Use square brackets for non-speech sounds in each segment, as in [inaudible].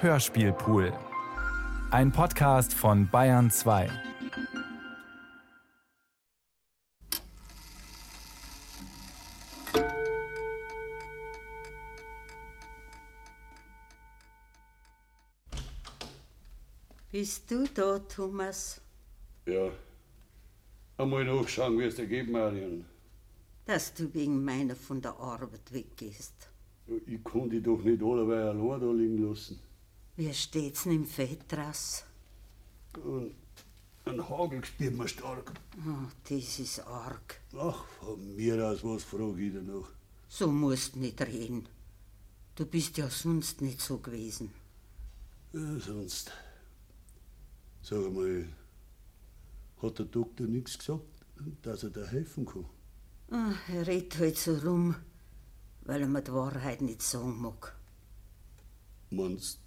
Hörspielpool. Ein Podcast von Bayern 2. Bist du da, Thomas? Ja. Einmal nachschauen, wie es dir geht, Marion. Dass du wegen meiner von der Arbeit weggehst. Ja, Ich kann dich doch nicht allerweil allein da liegen lassen. Wie steht's denn im Fettras? Und ein Hagel spürt man stark. Oh, das ist arg. Ach, von mir aus, was frage ich danach? So musst nicht reden. Du bist ja sonst nicht so gewesen. Ja, Äh, sonst. Sag einmal, hat der Doktor nichts gesagt, dass er da helfen kann? Ah, er redet halt so rum, weil er mir die Wahrheit nicht sagen mag. Meinst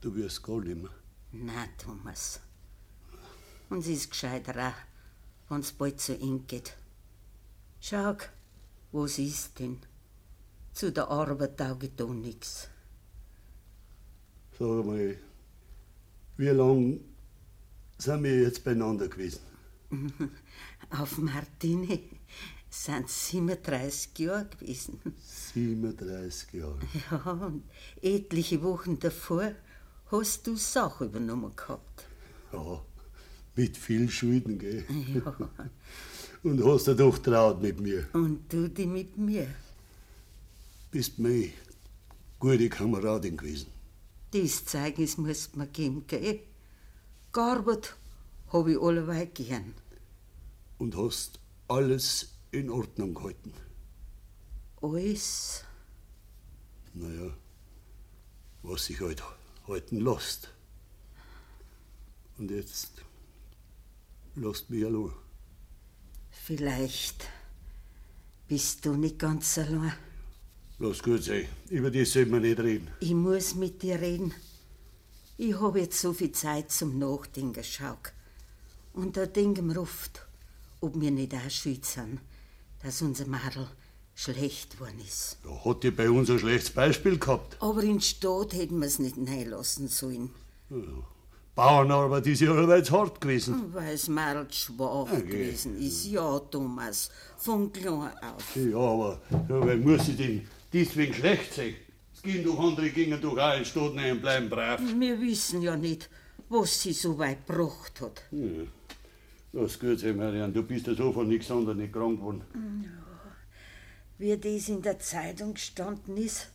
du, wirst gar nicht mehr? Na, Thomas. Uns ist gescheiter auch, wenn's bald so eng geht. Schau, was ist denn? Zu der Arbeit taugt da nix. Sag einmal, wie lang sind wir jetzt beieinander gewesen? [laughs] Auf Martini sind 37 Jahre gewesen. 37 Jahre. Ja, und etliche Wochen davor hast du Sache übernommen gehabt. Ja, mit viel Schulden, gell? Ja, Und hast dir doch traut mit mir. und du die mit mir. Bist meine gute Kameradin gewesen. Dies Zeugnis muss mir geben, gell? Gearbeitet hab ich alleweit gern. Und hast alles in Ordnung gehalten. Alles. Naja, was sich halt halten lässt. Und jetzt lasst mich allein. Vielleicht bist du nicht ganz allein. Lass gut sein. Über das soll man nicht reden. Ich muss mit dir reden. Ich habe jetzt so viel Zeit zum Nachdenken, Schauk. Und da denk im Ruft, ob wir nicht auch schuld sind, dass unser Madel schlecht worden ist. Da hat die bei uns ein schlechtes Beispiel gehabt. Aber in Stadt hätten wir es nicht reinlassen sollen, Bauernarbeit ist ja allweil hart gewesen. weil das Madel schwach gewesen ist. Ja, Thomas, von klein auf. Ja, aber ja, wer muss ich denn deswegen schlecht sein? Es gehen doch andere, gingen doch auch in Stadt rein und bleiben brav. Wir wissen ja nicht, was sie so weit gebracht hat. Ja. Lass gut sein, Marian, du bist ja so von nichts anderem nicht krank geworden. Wie das in der Zeitung gestanden ist,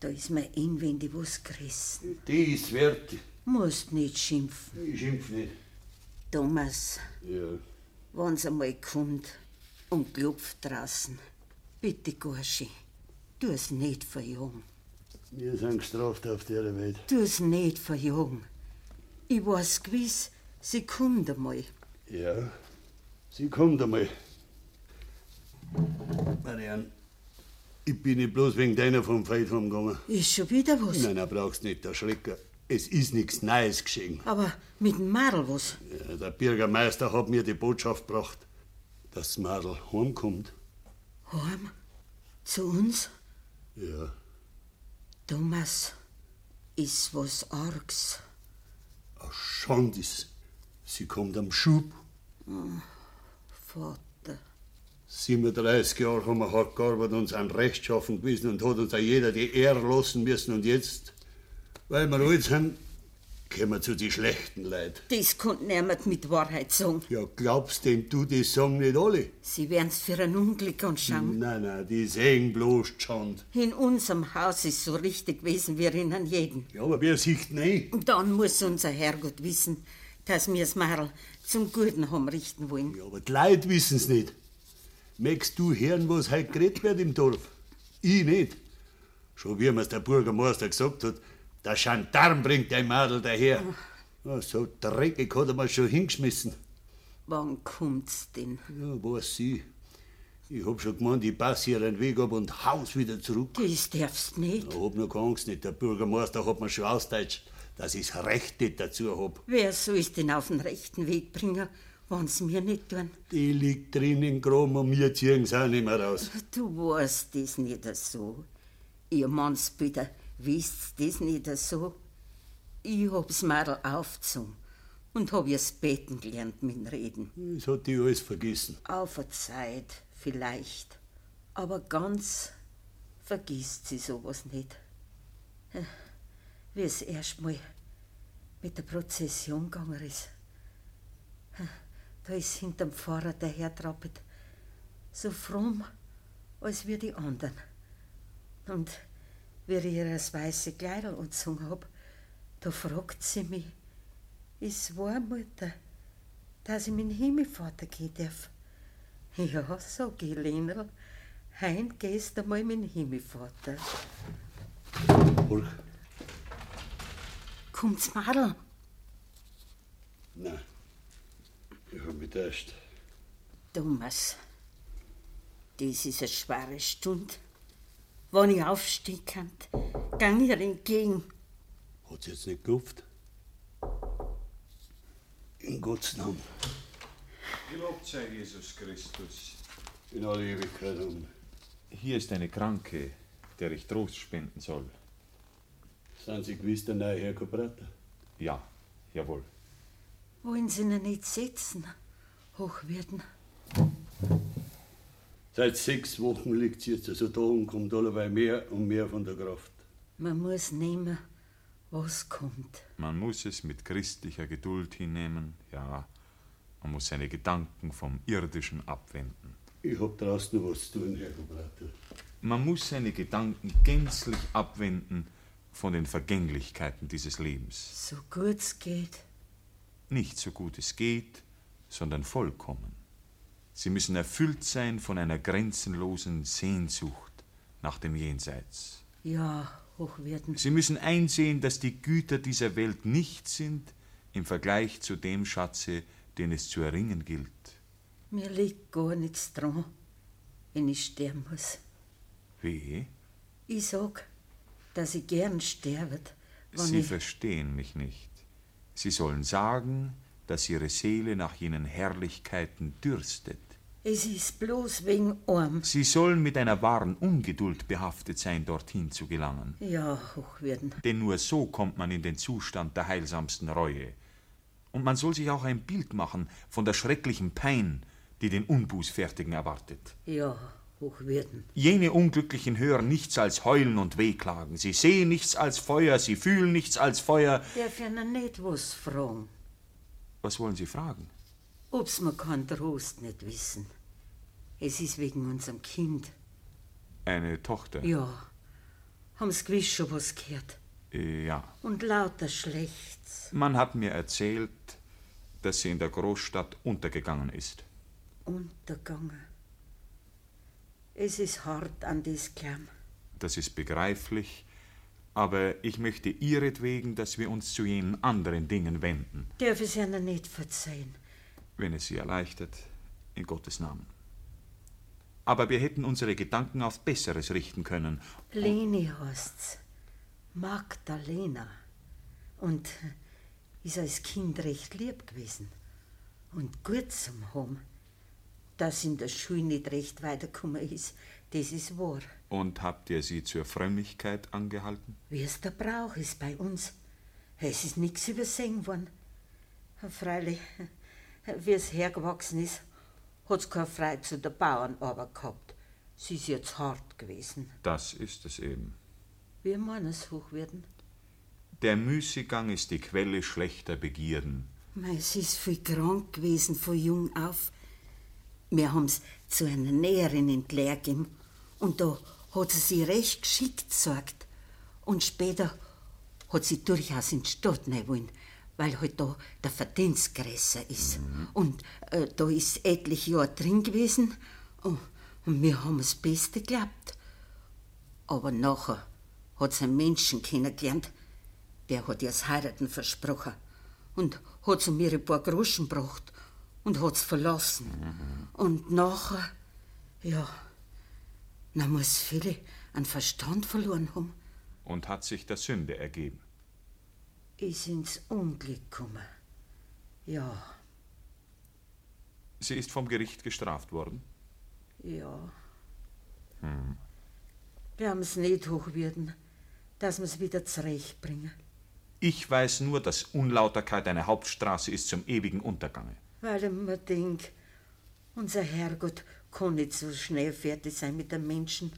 da ist mir inwendig was gerissen. Die ist wert. Musst nicht schimpfen. Ich schimpf nicht. Thomas, Ja. wenn's einmal kommt und klopft draußen, bitte Gurschi, tu's nicht verjung. Wir sind gestraft auf der Welt. Tu's nicht verjung. Ich weiß gewiss, sie kommt einmal. Ja. Sie kommt einmal. Marian, ich bin nicht bloß wegen deiner vom Feld rumgegangen. Ist schon wieder was. Nein, nein, brauchst nicht, der Schrecker. Es ist nichts Neues geschehen. Aber mit dem Madel was. Ja, Äh, Der Bürgermeister hat mir die Botschaft gebracht, dass das Madel heimkommt. Heim? Zu uns? Ja, Thomas, ist was Args. eine Schande ist. Sie kommt am Schub. Vater. 37 Jahre haben wir hart gearbeitet und sind rechtschaffen gewesen und hat uns auch jeder die Ehre lassen müssen. Und jetzt, weil wir alt sind, kommen wir zu den schlechten Leuten. Das konnte niemand mit Wahrheit sagen. Ja, glaubst denn du, die sagen nicht alle? Sie werden's für ein Unglück anschauen. Nein, nein, die sehen bloß die Schande. In unserem Haus ist so richtig gewesen wie in an jeden. Ja, aber wer sieht nicht? Und dann muss unser Herrgott wissen, dass mir's Marl zum Guten haben richten wollen. Ja, aber die Leute wissen es nicht. Möchtest du hören, was heute geredet wird im Dorf? Ich nicht. Schon wie mir's der Bürgermeister gesagt hat, der Gendarm bringt dein Madel daher. Ja, so dreckig hat er mir schon hingeschmissen. Wann kommt's denn? Ja, weiß ich. Ich hab schon gemeint, ich passe hier einen Weg ab und haus wieder zurück. Das darfst nicht. Ich hab noch keine Angst nicht. Der Bürgermeister hat mir schon ausdeutscht, dass ich's Recht nicht dazu hab. Wer soll's denn auf den rechten Weg bringen, wenn's mir nicht tun? Die liegt drin im Grom und wir ziehen's auch nicht mehr raus. Du weißt das nicht so. Ihr Mannsbilder, wisst das nicht so. Ich hab's Madel aufgezogen und hab ihr's beten gelernt mit dem Reden. Das hat die alles vergessen. Auf eine Zeit, vielleicht. Aber ganz vergisst sie sowas nicht. Äh, Wie es erstmal mit der Prozession gegangen ist. Äh, Da ist hinterm Pfarrer der Herr trappelt. So fromm als wir die anderen. Und wie ich ihr das weiße Kleidl angezogen hab, da fragt sie mich, ist wahr, Mutter, dass ich mit dem Himmelvater gehen darf? Ja, sag ich, Lenel, heim gehst du mal mit dem Himmelvater. Holk. Kommt's, Madel? Nein. Ich hab mich täuscht. Thomas, das ist eine schwere Stunde. Wenn ich aufstehen kann, gang ihr entgegen. Hat's jetzt nicht gerufen? In Gottes Namen. Gelobt sei Jesus Christus. In alle Ewigkeit. Amen. Hier ist eine Kranke, der ich Trost spenden soll. Sind Sie gewiss der neue Herr Kaprater? Ja, jawohl. Wollen Sie ihn nicht setzen, Hochwürden? Seit sechs Wochen liegt sie jetzt also da und kommt allerweil mehr und mehr von der Kraft. Man muss nehmen, was kommt. Man muss es mit christlicher Geduld hinnehmen, ja. Man muss seine Gedanken vom Irdischen abwenden. Ich hab draußen noch was zu tun, Herr Kaprater. Man muss seine Gedanken gänzlich abwenden von den Vergänglichkeiten dieses Lebens. So gut's geht. Nicht so gut es geht, sondern vollkommen. Sie müssen erfüllt sein von einer grenzenlosen Sehnsucht nach dem Jenseits. Ja, Hochwürden. Sie müssen einsehen, dass die Güter dieser Welt nichts sind im Vergleich zu dem Schatze, den es zu erringen gilt. Mir liegt gar nichts dran, wenn ich sterben muss. Wie? Ich sag, dass ich gern sterbe, wenn Sie ich... verstehen mich nicht. Sie sollen sagen, dass Ihre Seele nach jenen Herrlichkeiten dürstet. Es ist bloß wegen Arm. Sie sollen mit einer wahren Ungeduld behaftet sein, dorthin zu gelangen. Ja, Hochwürden. Denn nur so kommt man in den Zustand der heilsamsten Reue. Und man soll sich auch ein Bild machen von der schrecklichen Pein, die den Unbußfertigen erwartet. Ja, Hochwürden. Jene Unglücklichen hören nichts als Heulen und Wehklagen. Sie sehen nichts als Feuer, sie fühlen nichts als Feuer. Darf ich Ihnen nicht was fragen? Was wollen Sie fragen? Ob's mir keinen Trost nicht wissen. Es ist wegen unserem Kind. Eine Tochter? Ja, haben's gewiss schon was gehört. Äh, ja. Und lauter Schlechts. Man hat mir erzählt, dass sie in der Großstadt untergegangen ist. Untergangen. Es ist hart an das Klamm. Das ist begreiflich, aber ich möchte ihretwegen, dass wir uns zu jenen anderen Dingen wenden, Darf ich Ihnen nicht verzeihen? wenn es sie erleichtert, in Gottes Namen. Aber wir hätten unsere Gedanken auf Besseres richten können Leni heißt's. Magdalena. Und ist als Kind recht lieb gewesen. Und gut zum Hom. Dass in der Schule nicht recht weitergekommen ist, das ist wahr. Und habt ihr sie zur Frömmigkeit angehalten? Wie es der Brauch ist bei uns. Es ist nichts übersehen worden. Freilich, wie es hergewachsen ist, hat's keine Freude zu der Bauernarbeit gehabt. Sie ist jetzt hart gewesen. Das ist es eben. Wir meinen es hochwerden. Der Müßiggang ist die Quelle schlechter Begierden. Mei, Sie ist viel krank gewesen von jung auf. Wir haben's zu einer Näherin in die Lehre gegeben. Und da hat sie sich recht geschickt gesorgt. Und später hat sie durchaus in die Stadt rein wollen, weil halt da der Verdienst größer ist. Und äh, da ist etliche Jahr drin gewesen. Und wir haben das Beste geglaubt. Aber nachher hat sie einen Menschen kennengelernt, der hat ihr das Heiraten versprochen und hat zu mir ein paar Groschen gebracht und hat's verlassen. Und nachher, ja, na muss viele an Verstand verloren haben. Und hat sich der Sünde ergeben. Ist ins Unglück gekommen. Ja, Sie ist vom Gericht gestraft worden. ja. Wir haben's nicht hochwürden, dass wir's wieder zurechtbringen. Ich weiß nur, dass Unlauterkeit eine Hauptstraße ist zum ewigen Untergange. Weil ich mir denk, unser Herrgott kann nicht so schnell fertig sein mit den Menschen.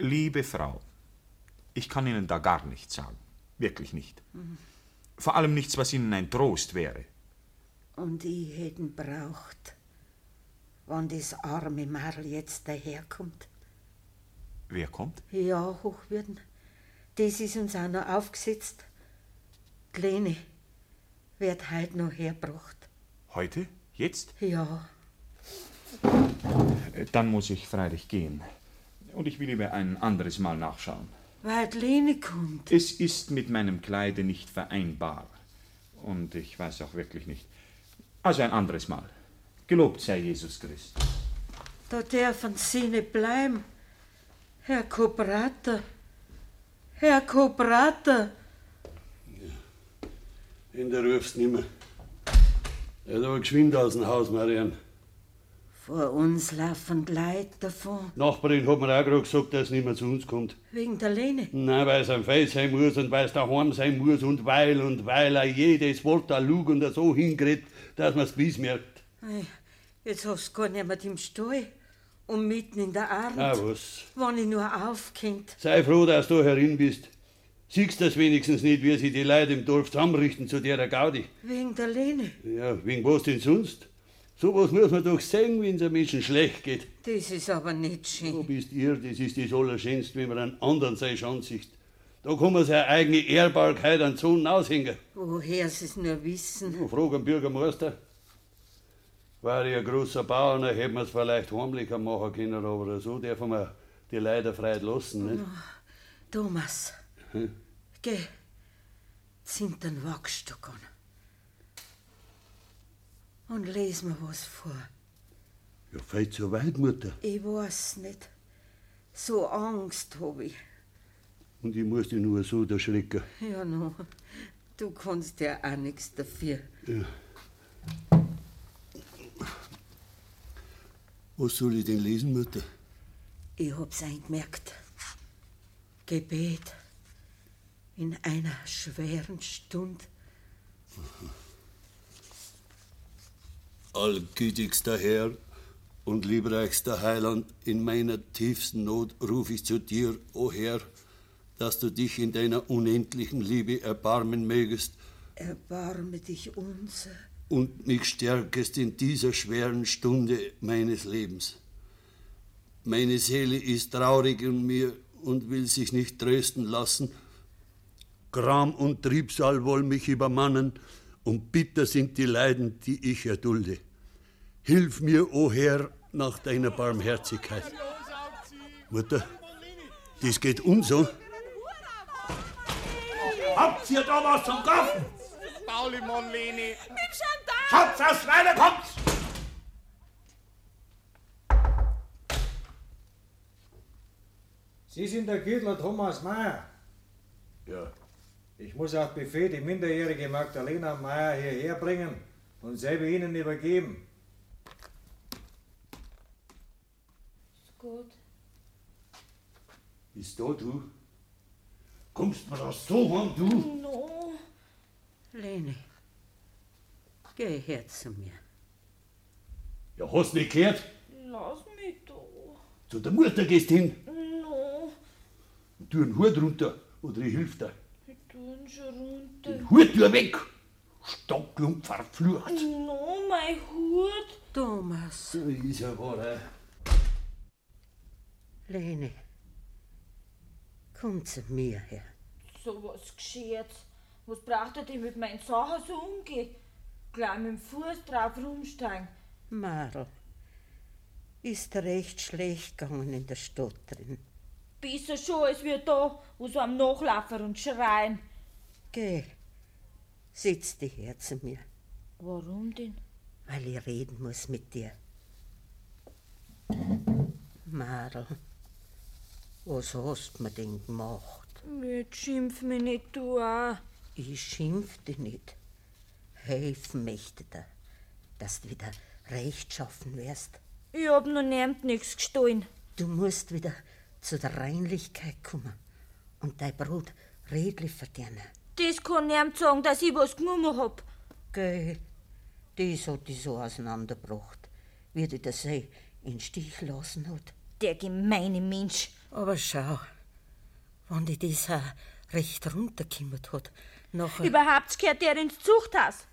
Liebe Frau, ich kann Ihnen da gar nichts sagen. Wirklich nicht. Vor allem nichts, was Ihnen ein Trost wäre. Und ich hätten braucht, wann das arme Marl jetzt daherkommt. Wer kommt? Ja, Hochwürden, das ist uns auch noch aufgesetzt. Kleine wird heut noch hergebracht. Heute? Jetzt? Ja, Äh, Dann muss ich freilich gehen. Und ich will lieber ein anderes Mal nachschauen. weil Lene kommt. Es ist mit meinem Kleide nicht vereinbar. Und ich weiß auch wirklich nicht. Also ein anderes Mal. Gelobt sei Jesus Christ. Da dürfen Sie nicht bleiben. Herr Kobrater, Herr Kobrater, In der rufst nimmer. Ja, da geschwind aus dem Haus, Marian. vor uns laufen Leute davon, Die Nachbarin hat mir auch gerade gesagt, dass nimmer zu uns kommt. wegen der Lene. Nein, weil es ein Feld sein muss und weil es daheim sein muss und weil und weil er jedes Wort da lug und er so hingerät, dass man es gewiss merkt. Ei, Jetzt hast du gar niemand im Stall und mitten in der Abend, Ah, was? wann ich nur aufkommt. Sei froh, dass du herin bist. Siehst das wenigstens nicht, wie sie die Leute im Dorf zusammenrichten zu derer Gaudi. Wegen der Lene, Ja, wegen was denn sonst? Sowas muss man doch sehen, wenn es einem Menschen schlecht geht. das ist aber nicht Du schön. bist ihr, das ist das Allerschönste, wenn man einen anderen seine Chance sieht. Da kann man seine eigene Ehrbarkeit an Sohn aushängen. Woher sie es nur wissen. Und Hm, frag den Bürgermeister. War ich ein großer Bauer, dann hätten wir es vielleicht heimlicher machen können, aber so dürfen wir die Leute frei lassen. ne? Nicht? Thomas, geh, zind den Wachstock an und les mir was vor. Ja, fällt so weit, Mutter. Ich weiß nicht. So Angst hab ich. Und ich muss dich nur so erschrecken. Ja, no. Du kannst ja auch nichts dafür. Was soll ich denn lesen, Mutter? Ich hab's eingemerkt. Gebet. In einer schweren Stund. Allgütigster Herr und liebreichster Heiland, in meiner tiefsten Not rufe ich zu dir, o Herr, dass du dich in deiner unendlichen Liebe erbarmen mögest Erbarme dich unser. und mich stärkest in dieser schweren Stunde meines Lebens. Meine Seele ist traurig in mir und will sich nicht trösten lassen. Gram und Triebsal wollen mich übermannen und bitter sind die Leiden, die ich erdulde. Hilf mir, o Herr, nach deiner Barmherzigkeit. Mutter, das geht uns an. Habt ihr da was zum Kaufen? Pauli Monleni. Im Chantal! Schaut's aus, Leute, kommt's! Sie sind der Gütler Thomas Mayer. Ja, Ich muss auf Befehl die minderjährige Magdalena Mayer hierher bringen und selber Ihnen übergeben. Gut. ist da du? Kommst mir das so an, du? No. Lene, geh her zu mir. Ja, hast nicht gehört? Lass mich doch. Zu der Mutter gehst hin No. und tu einen Hut runter oder ich hilf dir. Ich tu ihn schon runter. Den Hut tu weg! Stockel und verflucht! No, mein Hut. Thomas, So ist er wahr, ey. Lene, komm zu mir her. So was geschert. Was braucht er denn mit meinen Sachen so umgehen? Gleich mit dem Fuß drauf rumsteigen. Marl, ist recht schlecht gegangen in der Stadt drin. Besser schon als wir da, wo so am Nachlaufen und schreien. Geh, sitz dich her zu mir, Warum denn? weil ich reden muss mit dir. Marl, was hast du mir denn gemacht? Jetzt schimpf mich nicht, du auch. Ich schimpf dich nicht. Helfen möchte dir, dass du wieder rechtschaffen wirst. Ich hab noch niemand nichts gestohlen. Du musst wieder zu der Reinlichkeit kommen und dein Brot redlich verdienen. Das kann ich ihm sagen, dass ich was genommen hab. Gell, das hat die so auseinandergebracht, wie die das eh in den Stich lassen hat. Der gemeine Mensch. Aber schau, wenn die das auch recht runtergekümmert hat, nachher. Überhaupt gehört der ins Zuchthaus.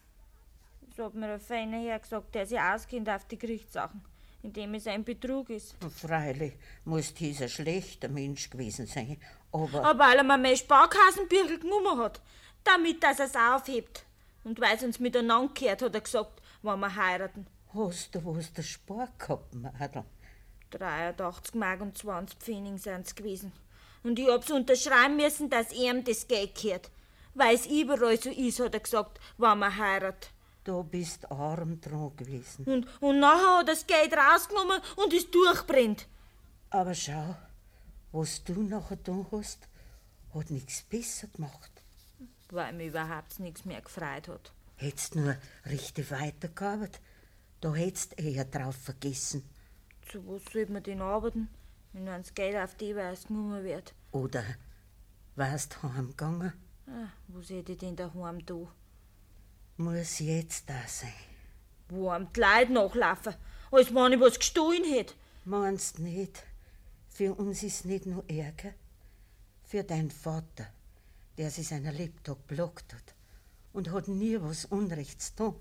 Das hat mir ein Feiner hergesagt, der sich auskennt auf die Gerichtssachen, indem es ein Betrug ist. Freilich muss dieser schlechter Mensch gewesen sein, aber. Aber weil er mir mein Sparkassenbüchel genommen hat, damit dass er es aufhebt. Und weil sie uns miteinander gehört, hat er gesagt, wenn wir heiraten. Hast du was der Spar gehabt, Madel? 83 Mark und 20 Pfennig sind's gewesen. Und ich hab's unterschreiben müssen, dass ihm das Geld gehört. Weil es überall so ist, hat er gesagt, wenn man heiratet. Du bist arm dran gewesen. Und, und nachher hat er das Geld rausgenommen und ist durchbrennt. Aber schau, was du nachher getan hast, hat nichts besser gemacht. Weil mich überhaupt nichts mehr gefreut hat. Hättest nur richtig weitergearbeitet, da hättest eher drauf vergessen. Zu was sollte man denn arbeiten, wenn einem das Geld auf die Weise genommen wird? Oder warst heimgegangen, Ah, was hätte ich denn daheim da? muss jetzt da sein. Warm die Leute nachlaufen, als wenn ich was gestohlen hätte. Meinst nicht, für uns ist nicht nur Ärger, für deinen Vater, der sich seiner Lebtag blockt hat und hat nie was Unrechts getan.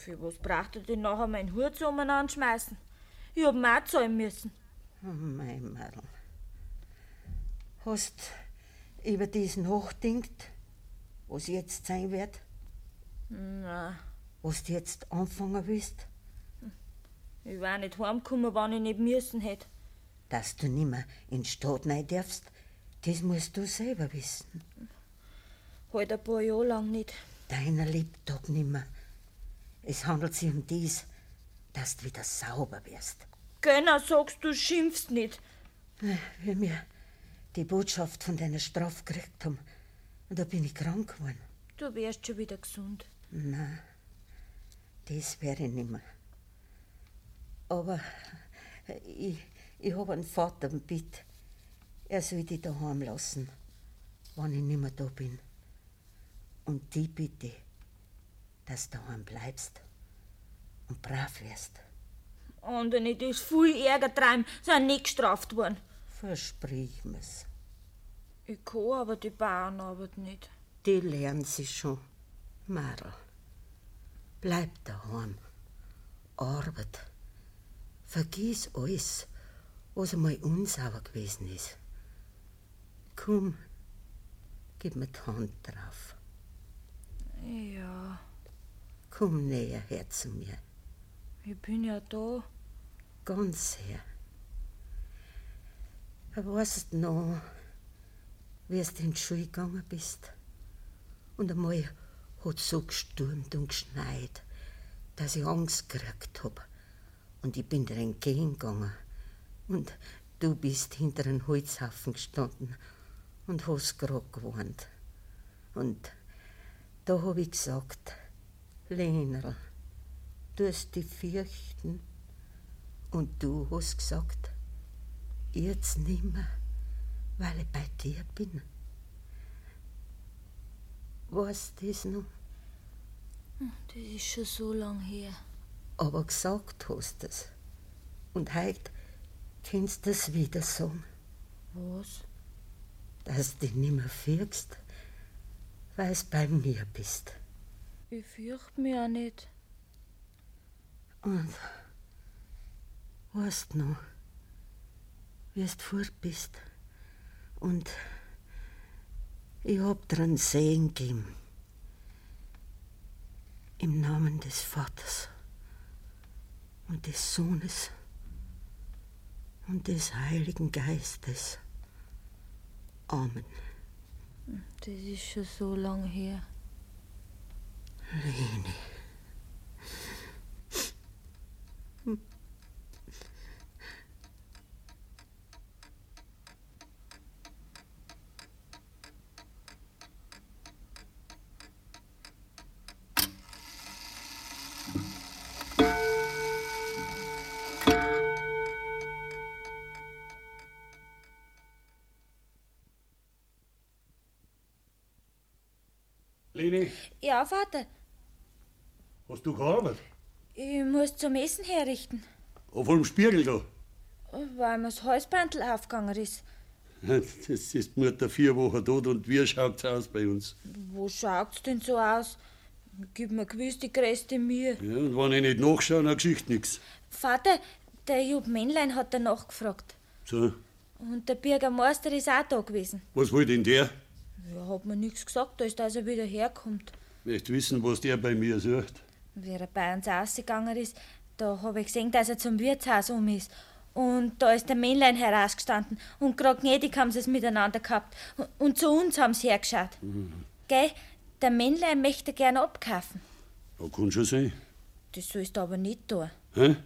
Für was braucht er denn nachher meinen Hut so umeinander schmeißen? Ich hab ihn auch zahlen müssen. Oh mein Mädel. Hast über dies nachdenkt, was jetzt sein wird, Nein, was du jetzt anfangen willst, ich war nicht heimgekommen, wenn ich nicht müssen hätte. dass du nimmer in den Staat rein darfst, das musst du selber wissen. Halt ein paar Jahre lang nicht. Deiner Lebtag nimmer. Es handelt sich um dies, dass du wieder sauber wirst. Gönner, sagst du, schimpfst nicht. Wie wir die Botschaft von deiner Strafe gekriegt haben, und da bin ich krank geworden. Du wärst schon wieder gesund. Na, das wäre nimmer. Aber äh, ich, ich habe einen Vater im Bett. Er soll dich daheim lassen, wenn ich nimmer da bin. Und die bitte, dass du daheim bleibst und brav wirst. Andere, die das viel Ärger treiben, sind nicht gestraft worden. Versprich mir's. Ich kann aber die Bauernarbeit nicht. Die lernen sie schon. Marl, bleib daheim. Arbeit. Vergiss alles, was einmal unsauber gewesen ist. Komm, gib mir die Hand drauf. Ja, Komm näher her zu mir. ich bin ja da. Ganz her. Weißt du noch, wie du in die Schule gegangen bist? Und einmal hat so gestürmt und geschneit, dass ich Angst gekriegt hab. Und ich bin dir entgegengegangen. Und du bist hinter einem Holzhaufen gestanden und hast gerade gewarnt. Und da hab ich gesagt, Lenerl, tust dich fürchten. Und du hast gesagt, jetzt nimmer, weil ich bei dir bin. Weißt du das noch? Hm, Das ist schon so lang her. Aber gesagt hast es. Und heute kannst du es wieder sagen, Was? dass du dich nimmer fürgst, weil du bei mir bist. Ich fürchte mich auch nicht. Und weißt noch, wie du fort bist. Und ich hab dir einen Segen gegeben. Im Namen des Vaters und des Sohnes und des Heiligen Geistes. Amen. Das ist schon so lang her. Leni. Leni, Ja, Vater, hast du gearbeitet? ich muss zum Essen herrichten, Auf dem Spiegel da. [laughs] weil mir das Halsbandel aufgegangen ist. Das ist Mutter vier Wochen tot und wir schaut's aus bei uns. Wo schaut's denn so aus? Gib mir gewiss die größte Mühe. Ja, und wenn ich nicht nachschaue, dann geschieht nichts. Vater, der Job Männlein hat danach gefragt. So, Und der Bürgermeister ist auch da gewesen. was will denn der? Ja, hat mir nichts gesagt, da ist, dass er wieder herkommt. Möchte wissen, was der bei mir sucht. Wie er bei uns rausgegangen ist, da habe ich gesehen, dass er zum Wirtshaus um ist. Und da ist der Männlein herausgestanden. Und gerade gnädig haben sie es miteinander gehabt. Und- Und zu uns haben sie hergeschaut. Mhm. Gell, der Männlein möchte gern abkaufen. Ja, kann schon sein. Das sollst du aber nicht tun. Hä?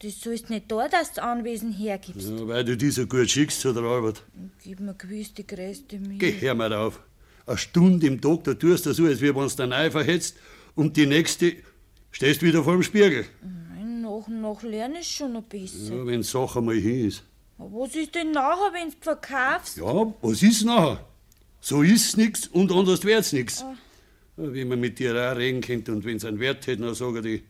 Das sollst nicht tun, dass du das Anwesen hergibst. Ja, weil du die so gut schickst zu der Arbeit. Gib mir gewiss die größte Mühe. Geh, hör mal auf. Eine Stunde im Tag, da tust du so, als wenn du neu verhetzt und die nächste stehst wieder vor dem Spiegel. Nein, nach und nach lerne ich schon ein bisschen. Ja, wenn Sache mal hin ist. Aber was ist denn nachher, wenn du verkaufst? Ja, was ist nachher? So ist's nix und anders wär's nix. Ja, Wie man mit dir auch reden könnte und wenn's einen Wert hätte, dann sagen die,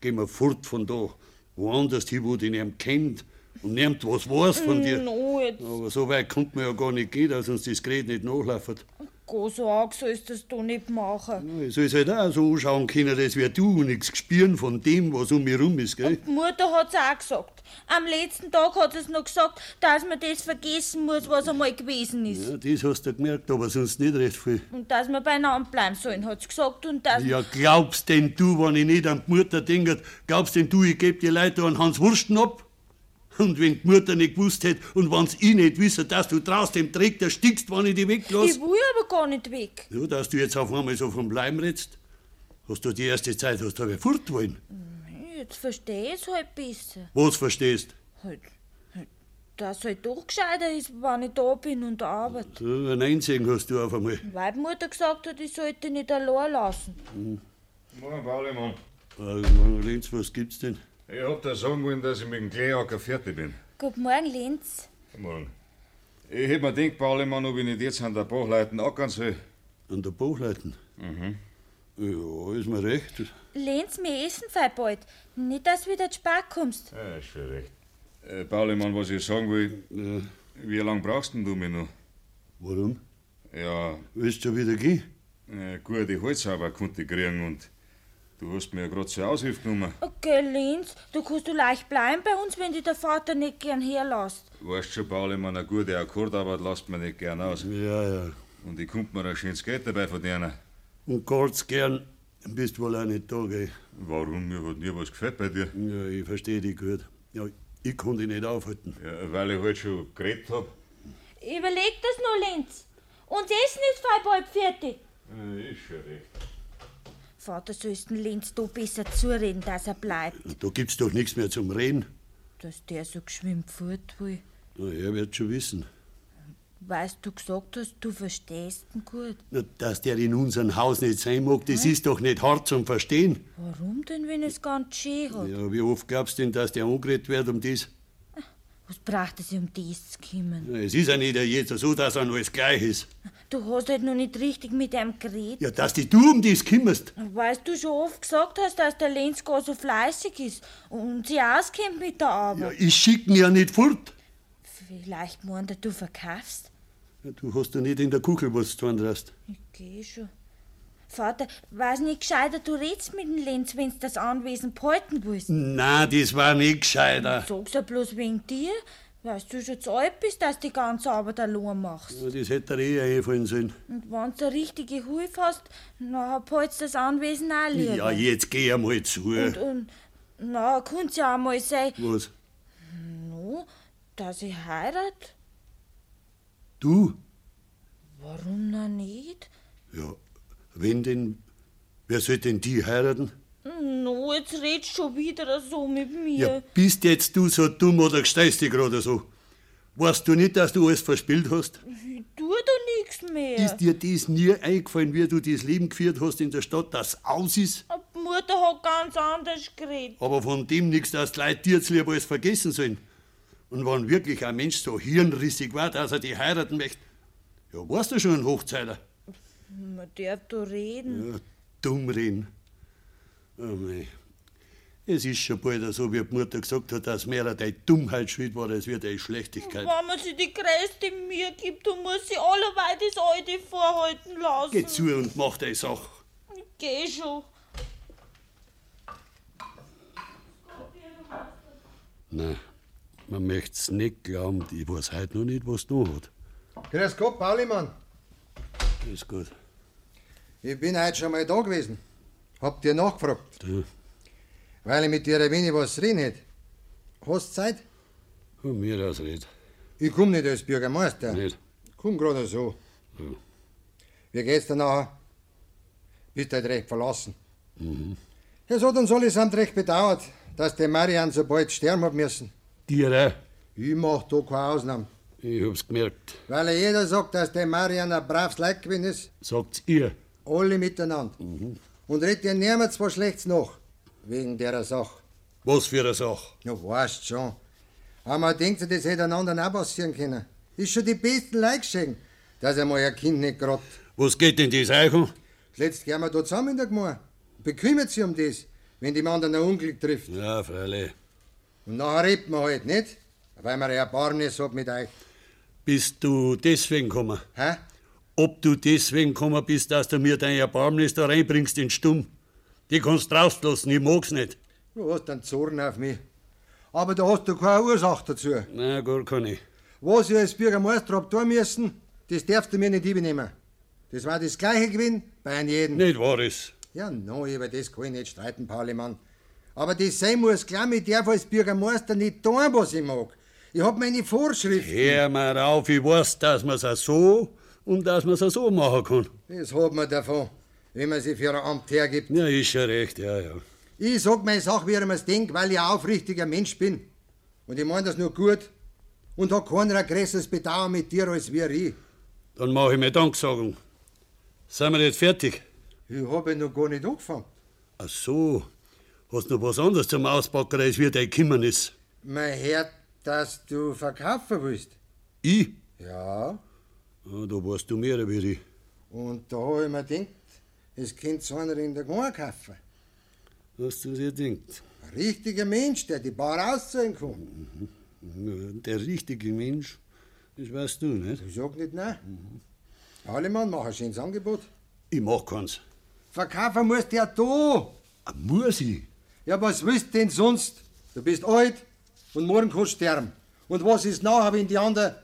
geh mal fort von da. Woanders hin, wo die niemand kennt und niemand was weiß von dir. No, jetzt Aber so weit kommt man ja gar nicht gehen, dass uns das Gerät nicht nachläuft. geh so arg, sollst du das da nicht machen. Ja, Ich soll's halt auch so anschauen können, dass wir du und nichts gespüren von dem, was um mich rum ist, gell? Die Mutter hat's auch gesagt. Am letzten Tag hat es noch gesagt, dass man das vergessen muss, was einmal gewesen ist. Ja, das hast du gemerkt, aber sonst nicht recht viel. Und dass wir beieinander bleiben sollen, hat's gesagt. Und dass. Ja, glaubst denn du, wenn ich nicht an die Mutter denke, glaubst denn du, ich geb die Leute an Hans Wursten ab? Und wenn die Mutter nicht gewusst hätte und wenn's ich nicht wisse, dass du draußen dem Dreck da stickst, wenn ich die Ich weglasse, will aber gar nicht weg. ja, dass du jetzt auf einmal so vom Leim redst, hast du die erste Zeit, hast du aber fort wollen. Jetzt versteh ich's halt besser. Was verstehst? Halt, halt, dass halt doch gescheiter ist, wenn ich da bin und arbeite. So ein Einsehen hast du auf einmal. Weil die Mutter gesagt hat, ich sollte nicht allein lassen. Morgen, Paulimann. Also, Mann, Lenz, was gibt's denn? Ich hab dir sagen wollen, dass ich mit dem Kleiacker fertig bin. Guten Morgen, Lenz. Guten Morgen. Ich hätt mir gedacht, Paulimann, ob ich nicht jetzt an der Bachleiten ackern soll. An der Buchleiten? Ja, ist mir recht. Lenz, wir essen fein bald. Nicht, dass du wieder zu spät kommst. Ja, ist schon recht. Äh, Paulimann, was ich sagen will, Ja, wie lang brauchst denn du mich noch? warum? Ja, Willst du schon wieder gehen? äh, gute Holzhauber konnte ich kriegen und du hast mir ja grad zur Aushilfe genommen. Okay, Lenz, du kannst du leicht bleiben bei uns, wenn dich der Vater nicht gern herlässt. Weißt schon, Paulimann, eine gute Akkordarbeit lasst mir nicht gern aus. Ja, ja. Und ich kommt mir ein schönes Geld dabei von denen. Und ganz gern bist wohl auch nicht da, gell? Warum? Mir hat nie was gefällt bei dir. Ja, ich verstehe dich gut. Ja, ich kann dich nicht aufhalten. Ja, weil ich halt schon geredet hab. Überleg das nur, Lenz. Uns Essen ist fein bald fertig. Ja, Äh, ist schon recht. Vater, sollst den Lenz da besser zureden, dass er bleibt. Da gibt's doch nichts mehr zum Reden. Dass der so geschwind fort will. Na, er wird schon wissen. Weißt du gesagt hast, du verstehst ihn gut. Na, dass der in unserem Haus nicht sein mag, das ist doch nicht hart zum Verstehen. Warum denn, wenn es ganz schön hat? Ja, wie oft glaubst du denn, dass der angeredet wird um das? Was braucht es, um das zu kommen? Na, es ist ja nicht jetzt so, dass an alles gleich ist. Du hast halt noch nicht richtig mit ihm geredet. Ja, dass die du um das kümmerst. Weißt du schon oft gesagt hast, dass der Lenz gar so fleißig ist und sie auskennt mit der Ja, Arbeit. ich schick ihn ja nicht fort. Vielleicht meint er, du verkaufst? Ja, du hast ja nicht in der Kuchel was zu tun, hast. Ich geh schon. Vater, weiß nicht gescheiter, du redst mit dem Lenz, wenn's das Anwesen behalten willst. Nein, das war nicht gescheiter. Sag's ja bloß wegen dir, weißt du schon zu alt bist, dass du die ganze Arbeit allein machst. Ja, das hätte er eh einfallen sollen. Und wenn's eine richtige Hilfe hast, nachher behältst du das Anwesen auch lieber. Ja, jetzt geh einmal zu. Und, und na, kann's ja auch mal sein, Was? no, dass ich heirat. Du? Warum denn nicht? Ja, wenn denn. Wer soll denn die heiraten? No, jetzt redst schon wieder so mit Ja, mir. bist jetzt du so dumm oder gestehst dich gerade so? Weißt du nicht, dass du alles verspielt hast? Ich tu da nichts mehr. Ist dir das nie eingefallen, wie du das Leben geführt hast in der Stadt, das aus ist? Aber die Mutter hat ganz anders geredet. Aber von dem nichts, dass die Leute dir zulieb alles vergessen sollen. Und wenn wirklich ein Mensch so hirnrissig war, dass er die heiraten möchte, ja, warst du schon ein Hochzeiter? Man darf da reden. Ja, dumm reden. Oh mei. Es ist schon bald so, wie die Mutter gesagt hat, dass mehr deine Dummheit schuld war, als wir deine Schlechtigkeit. Wenn man sich die größte Mühe gibt, dann muss sie alleweit das alte vorhalten lassen. Geh zu und mach deine Sache. Geh schon. Nein, man möchte es nicht glauben. Ich weiß heute noch nicht, was du hat. Grüß Gott, Paulimann. Ist gut. Ich bin heute schon mal da gewesen. Hab dir nachgefragt, Du, weil ich mit dir ein wenig was reden hätte. Hast Zeit? von mir aus red. Ich komm nicht als Bürgermeister. Nicht. Komm gerade so. Ja. Wie geht's dir nachher? Bist halt recht verlassen. Es hat uns allesamt recht bedauert, dass der Marian so bald sterben hat müssen. Dir Ich mach da keine Ausnahme. auch. Ich hab's gemerkt. Weil ja jeder sagt, dass der Marian ein braves Leid gewesen ist. Sagt's ihr. Alle miteinander. Und red dir niemand was Schlechtes nach. Wegen derer Sache. Was für eine Sache. Ja, weißt schon. Aber man denkt sich, das hätte anderen auch passieren können. Ist schon die besten Leute geschenkt, dass einmal ein Kind nicht gerade. Was geht denn das euch an? Letzt gehen wir da zusammen in der Gemeinde. Bekümmert sich um das, wenn dem anderen ein Unglück trifft. Ja, freilich. Und nachher redet man halt nicht, weil man ein Erbarmnis hat mit euch. Bist du deswegen gekommen? Hä? Ob du deswegen gekommen bist, dass du mir dein Erbarmnis da reinbringst in Stumm? Die kannst du rauslassen, ich mag's nicht. Du hast einen Zorn auf mich. Aber da hast du keine Ursache dazu. Na, gar keine. Was ich als Bürgermeister hab tun müssen, das darfst du mir nicht übernehmen. Das war das gleiche Gewinn bei einem jeden. Nicht wahr ist. Ja, no, über das kann ich nicht streiten, Paulimann. Aber das sein muss klar, ich darf als Bürgermeister nicht tun, was ich mag. Ich hab meine Vorschriften. Hör mal auf, ich weiß, dass man's auch so und dass man's auch so machen kann. Das hat man davon, wenn man sich für ein Amt hergibt. Ja, ist ja recht, ja, ja. Ich sag meine Sache, wie ich mir's denk, weil ich ein aufrichtiger Mensch bin. Und ich mein das nur gut. Und hab keiner ein größeres Bedauern mit dir als wir ich. Dann mache ich mir Danksagung. Sind wir nicht fertig? Ich hab ja noch gar nicht angefangen. Ach so, hast noch was anderes zum Auspacken, als wir dein Kümmernis. Man hört, dass du verkaufen willst. Ich? Ja. Ah, da weißt du mehr, wie ich. Und da hab ich mir gedacht, es könnte so einer in der Gang kaufen. Hast du dir denkt? Ein richtiger Mensch, der die Bar auszahlen kann. Der richtige Mensch, das weißt du, nicht? Ich sag nicht nein. Allemann, mach ein schönes Angebot. Ich mach keins. Verkaufen musst du ja da. Ah, muss ich? Ja, was willst du denn sonst? Du bist alt und morgen kannst du sterben. Und was ist nachher, wenn die anderen,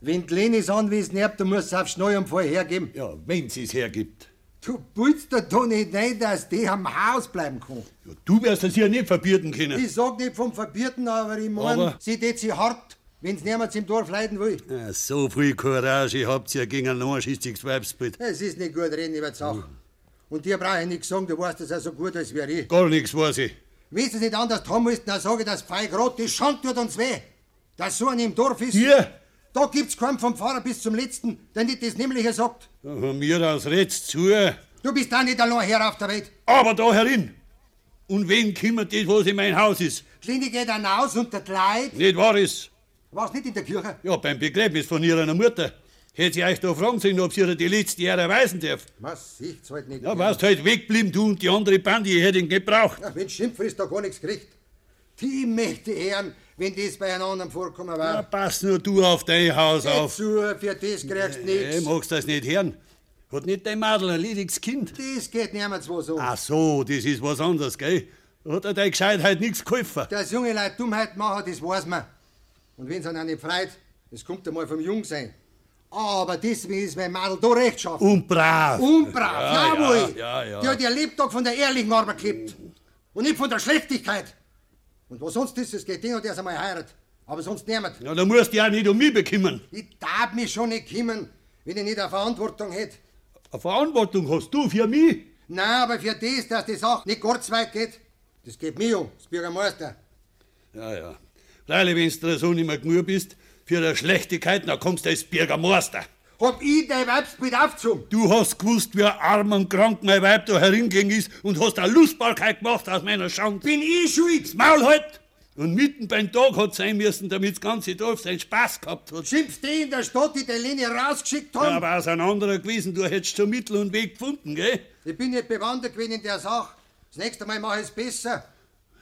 wenn die Lenis anwesend habt, dann musst du auf Schneuanfall hergeben. Ja, wenn's es hergibt. Du putzt dir doch nicht rein, dass die am Haus bleiben kann. Ja, du wirst es hier nicht verbieten können. Ich sag nicht vom Verbierten, aber ich mein, Aber- sie tät sie hart, wenn's niemand im Dorf leiden will. Ja, so viel Courage habt ihr gegen ein langschüssiges Weibsbild. Es ist nicht gut reden über die Sache. Und dir brauche ich nicht sagen, du weißt das auch so gut als wir ich. Gar nichts weiß ich. Wenn du es nicht anders haben willst, dann sage ich das frei grad, die Schande tut uns weh. Dass so ein im Dorf ist, Hier? da gibt's keinen vom Fahrer bis zum Letzten, der nicht das Nämliche sagt. Ja, Von mir aus redst zu. Du bist auch nicht allein hier auf der Welt. Aber da herin. Und wen kümmert das, was in mein Haus ist? Schlinde geht hinaus unter die Leute. Nicht wahr ist? Warst nicht in der Kirche? Ja, beim Begräbnis von ihrer Mutter. Hätte sie euch da fragen sollen, ob sie ihr die letzte Ehre erweisen darf. Was sieht's halt nicht. Ja, warst halt wegblieben, du und die andere Bande, ich hätte ihn gebraucht. Ja, wenn Schimpfer ist, da gar nichts kriegt. Die mächte Herren, wenn das bei einem anderen vorkommen Ja, war. pass nur du auf dein Haus Geh auf. zu, für das kriegst du Ey, nichts. magst das nicht hören? Hat nicht dein Madel ein lediges Kind? Das geht niemand so so. Ach so, das ist was anderes, gell? Hat er deine Gescheitheit nichts geholfen? Dass junge Leute Dummheit machen, das weiß man. Und wenn's einen auch nicht freut, das kommt einmal vom Jungsein. Aber deswegen ist mein Madel da rechtschaffen. Und brav. Uh, Unbrav, Ja, ja, jawohl. ja, ja. Die hat ihr Lebtag von der ehrlichen Arbeit gelebt. Und nicht von der Schlechtigkeit. Und was sonst ist, es geht den und erst einmal heiratet. Aber sonst niemand. Ja, da musst du ja nicht um mich bekümmern. Ich darf mich schon nicht kümmern, wenn ich nicht eine Verantwortung hätte. Eine Verantwortung hast du für mich. Nein, aber für das, dass die Sache nicht ganz weit geht, das geht mir um, das Bürgermeister. Ja, ja. Freilich, wenn du dir so nicht mehr genug bist, für eine Schlechtigkeit, dann kommst du als Bürgermeister. Hab ich dein Weibsbild aufgezogen? Du hast gewusst, wie arm und krank mein Weib da heringing ist und hast eine Lustbarkeit gemacht aus meiner Schande. Bin ich schuld? Maul halt! Und mitten beim Tag hat sein müssen, damit das ganze Dorf seinen Spaß gehabt hat. Schimpft die in der Stadt, die die Linie rausgeschickt haben? Ja, aber aus ein anderer gewesen, du hättest schon Mittel und Weg gefunden, gell? Ich bin nicht bewandert gewesen in der Sache. Das nächste Mal mache ich es besser.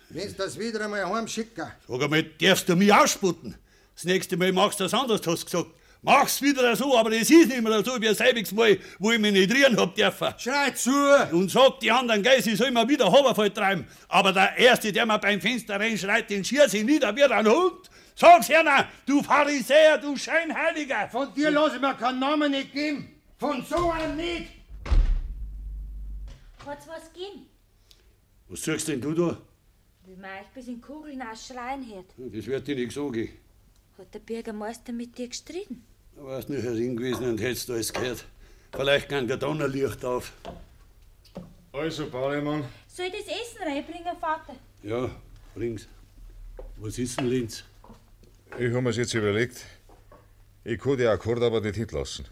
Wenn Sie das wieder einmal heimschicken. Sag einmal, darfst du mich aussputten? Das nächste Mal machst du das anders, hast du gesagt. Mach's wieder so, aber es ist nicht mehr so wie das selbige Mal, wo ich mich nicht rühren hab dürfen. Schrei zu! Und sag die anderen Geiß, ich soll mir wieder Hoverfall treiben. Aber der Erste, der mir beim Fenster reinschreit, den schier sie nieder wie ein Hund. Sag's herner, du Pharisäer, du Scheinheiliger! Von dir lasse ich mir keinen Namen nicht geben. Von so einem nicht. Hat's was gegeben? Was sagst denn du da? Hm, Wie man euch bis in Kugeln ausschreien hört. Das wird dir nicht sagen. Hat der Bürgermeister mit dir gestritten? Da warst nicht herin gewesen und hättest alles gehört. Vielleicht kann der Donnerlicht auf. Also, Paulemann. Soll ich das Essen reinbringen, Vater? Ja, bring's. Was ist denn, Linz? Ich habe mir's jetzt überlegt. Ich kann die Akkordarbeit nicht hinlassen.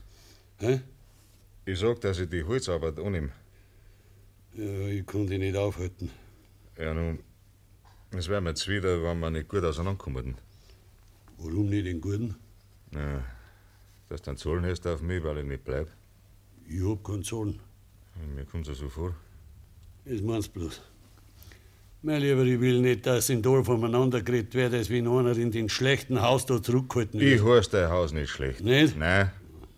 Hä? Ich sag, dass ich die Holzarbeit annehme. Ja, ich kann die nicht aufhalten. Ja, nun, es wäre mir jetzt wieder, wenn wir nicht gut auseinanderkommen. Warum nicht den Guten? Na, dass du einen Zollen hast auf mich, weil ich nicht bleib. Ich hab keinen Zollen. Mir kommt's ja so vor. Das meinst du bloß. Mein Lieber, ich will nicht, dass im Dorf umeinander geredet wird, als wenn einer in den schlechten Haus da zurückgehalten Ich heiß dein Haus nicht schlecht. Nicht? Nein,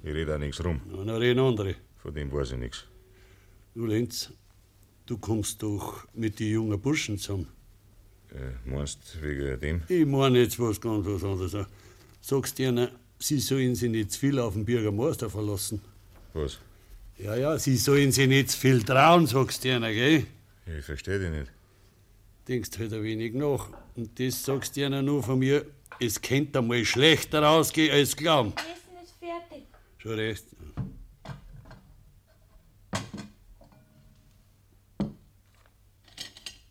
ich rede auch nichts rum. Na, dann reden andere. Von dem weiß ich nichts. Du, Lenz, du kommst doch mit den jungen Burschen zusammen. Äh, meinst wegen dem? Ich meine jetzt was ganz was anderes. Sagst dir, einer, sie sollen sich nicht zu viel auf den Bürgermeister verlassen. Was? Ja, ja, sie sollen sich nicht zu viel trauen, sagst du einer, gell? Ich verstehe dich nicht. Denkst halt ein wenig nach. Und das sagst du einer nur von mir, es könnte mal schlechter ausgehen als glauben. Das Essen ist fertig. Schon recht.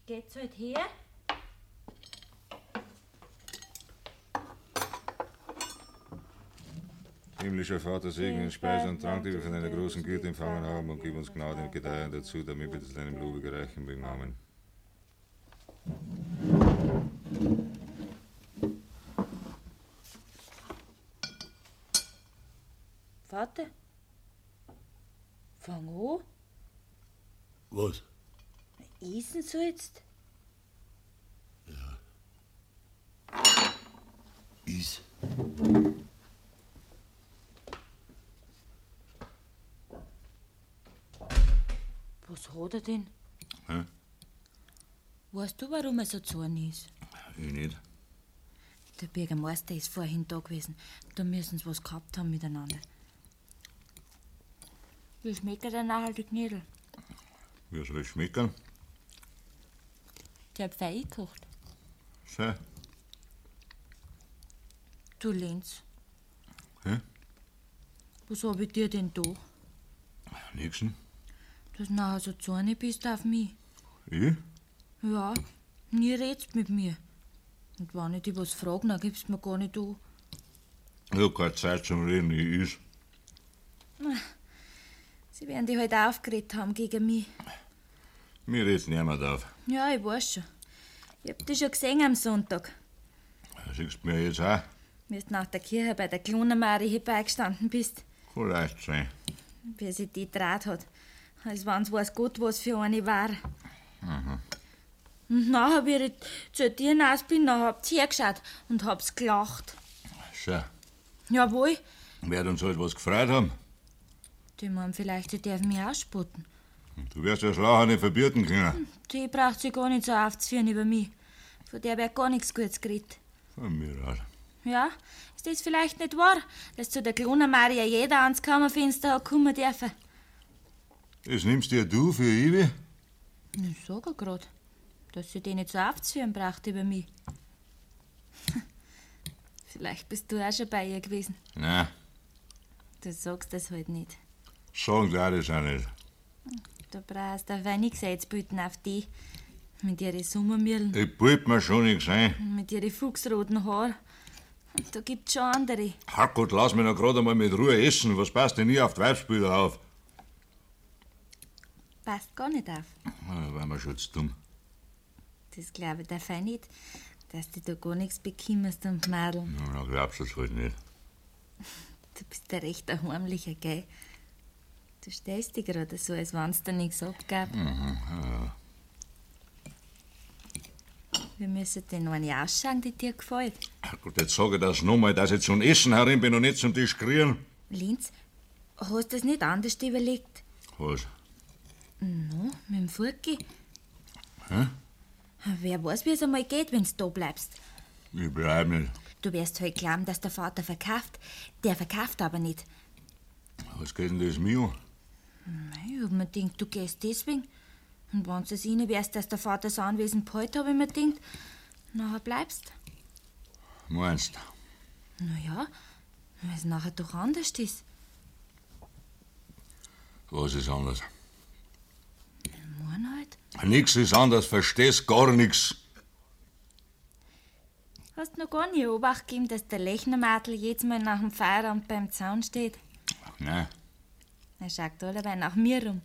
Geht's halt her? Himmlischer Vater, segne uns Speise und Trank, die wir von deiner großen Güte empfangen haben und gib uns Gnade und Gedeihen dazu, damit wir das deinem Lobe gereichen mögen. Amen. Vater? Fang an. Was? Essen sollst? Is. Was hat er denn? Hä? Weißt du, warum er so zornig ist? Ich nicht. Der Bürgermeister ist vorhin da gewesen. Da müssen sie was gehabt haben miteinander. Wie schmeckt er denn nachher die Knödel? Wie soll es schmecken? Die hab fein gekocht. Schau. Du Lenz. Hä? Was hab ich dir denn da? Nächsten. Dass du nachher so zornig bist auf mich. Ich? Ja, nie redst mit mir. Und wenn ich dich was frage, dann gibst du mir gar nicht an. Ich hab keine Zeit zum Reden, ich is. Sie werden dich halt aufgeregt haben gegen mich. Mir redet niemand auf. Ja, ich weiß schon. Ich hab dich schon gesehen am Sonntag. Siehst du mir jetzt auch? Wie du nach der Kirche bei der Klonenmari herbeigestanden bist, Kann leicht sein. wie sie die draht hat. Als wenn's weiß Gott, was für eine war. Mhm. Und nachher, wie ich zu dir hinaus bin, dann habt ihr hergeschaut und habt's gelacht. Schau. Jawohl, Wird uns halt was gefreut haben. die meinen vielleicht, sie dürfen mich ausspotten. Du wirst ja Schlaucher nicht verbieten können. Die braucht sich gar nicht so aufzuführen über mich. Von der wird gar nichts Gutes geredet. Von mir aus. Ja, ist das vielleicht nicht wahr, dass zu der Klonenmari ja jeder ans Kammerfenster hat kommen dürfen? Das nimmst dir du für Iwi? Ich sag ja grad, dass sie den nicht so aufzuführen braucht über mich. [laughs] Vielleicht bist du auch schon bei ihr gewesen. Nein, Du sagst das halt nicht. sagen sie auch das auch nicht. Du brauchst auf wenig Gesetzbüten auf die. Mit ihren Sommermühlen, Ich wollte mir schon nichts sein. mit ihren fuchsroten Haaren. Und da gibt's schon andere. Herrgott, lass mich noch gerade einmal mit Ruhe essen. Was passt denn nie auf die Weibsbilder auf? Passt gar nicht auf. Ah, Da waren wir schon zu dumm. Das glaube ich darf ich nicht. dass du da gar nichts bekümmerst und Madel. Na, glaubst du es halt nicht. Du bist ja recht ein heimlicher, gell? Du stellst dich gerade so, als wenn's dir nichts abgab. Mhm, ja. Wir müssen den einen ausschauen, die dir gefällt. Und jetzt sage ich das nochmal, dass ich zum Essen herin bin und nicht zum Tisch kriegen. Linz, hast du das nicht anders überlegt? Was? No, mit dem Furki. Hä? Wer weiß, wie es einmal geht, wenn du da bleibst. Ich bleib nicht. Du wirst halt glauben, dass der Vater verkauft. Der verkauft aber nicht. Was geht denn das mir? an? Nein, ich hab mir gedacht, du gehst deswegen. Und wenn es rein wärst, dass der Vater das Anwesen behält, hab ich mir gedacht, nachher bleibst. Meinst Na ja, weil es nachher doch anders ist. du, was ist anders? Morgen halt. Nix ist anders, verstehst gar nichts. Hast noch gar nie Obacht gegeben, dass der Lechnermadel jedes Mal nach dem Feierabend beim Zaun steht? Nein, Er schaut alleweil nach mir rum.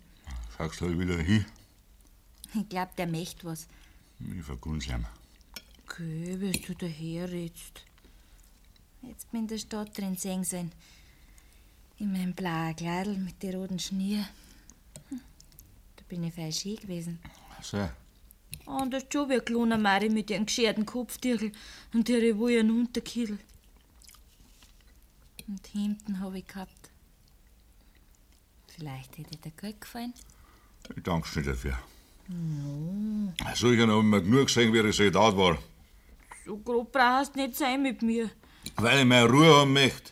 sagst halt wieder hin. Ich glaub, der möchte was. Ich vergun's ihm. Geh, was du daherredst. Jetzt bin in der Stadt drin sehen sollen. In meinem blauen Kleidl mit den roten Schnier. Hm, Da bin ich falsch schön gewesen. So. Anders Ah, schon wie Klona Mari mit ihren gescherten Kopftürkel und ihre wohlen Unterkittel. Und Hemden habe ich gehabt. Vielleicht hätte dir gut gefallen. Ich danke schön dafür. No. Solchen haben wir genug gesehen, wie ich so da war. So grob brauchst nicht sein mit mir. Weil ich meine Ruhe haben möchte.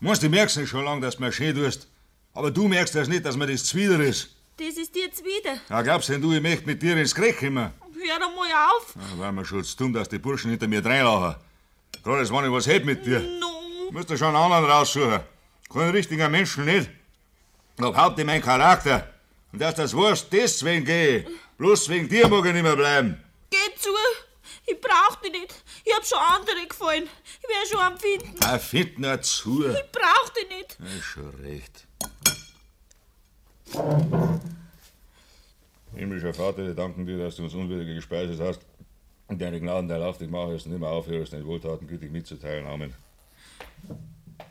Meinst du, merkst nicht schon lange, dass du mir schön tust. Aber du merkst das nicht, dass mir das zuwider ist. Das ist dir zuwider. Ja, glaubst denn du, ich möchte mit dir ins Krieg kommen? Hör doch mal auf. Ja, weil mir schon zu dumm, dass die Burschen hinter mir reinlachen. Gerade als wenn ich was hätte mit dir. No. Müsst ihr schon einen anderen raussuchen. Kein richtiger Menschen nicht. Hab Haupt in meinen Charakter. Und dass das weißt, deswegen gehe ich. Bloß wegen dir mag ich nicht mehr bleiben. Geh zu! Ich brauch dich nicht! Ich hab schon andere gefallen! Ich wär schon am Finden! Ah, find nur zu. Ich brauch dich nicht! Ja, schon recht. Himmlischer Vater, wir danken dir, dass du uns Unwürdige gespeiset hast und deine Gnaden dein Lauf dich machest und immer aufhörst, deine Wohltaten gütig mitzuteilen. Amen.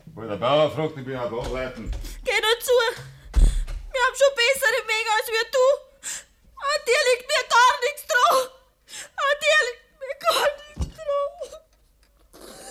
Weil der Bauer fragt, ich bin aber ableiten. Geh nur zu! Wir haben schon bessere Wege als wir du! An dir liegt mir gar nichts dran! An dir liegt mir gar nichts dran!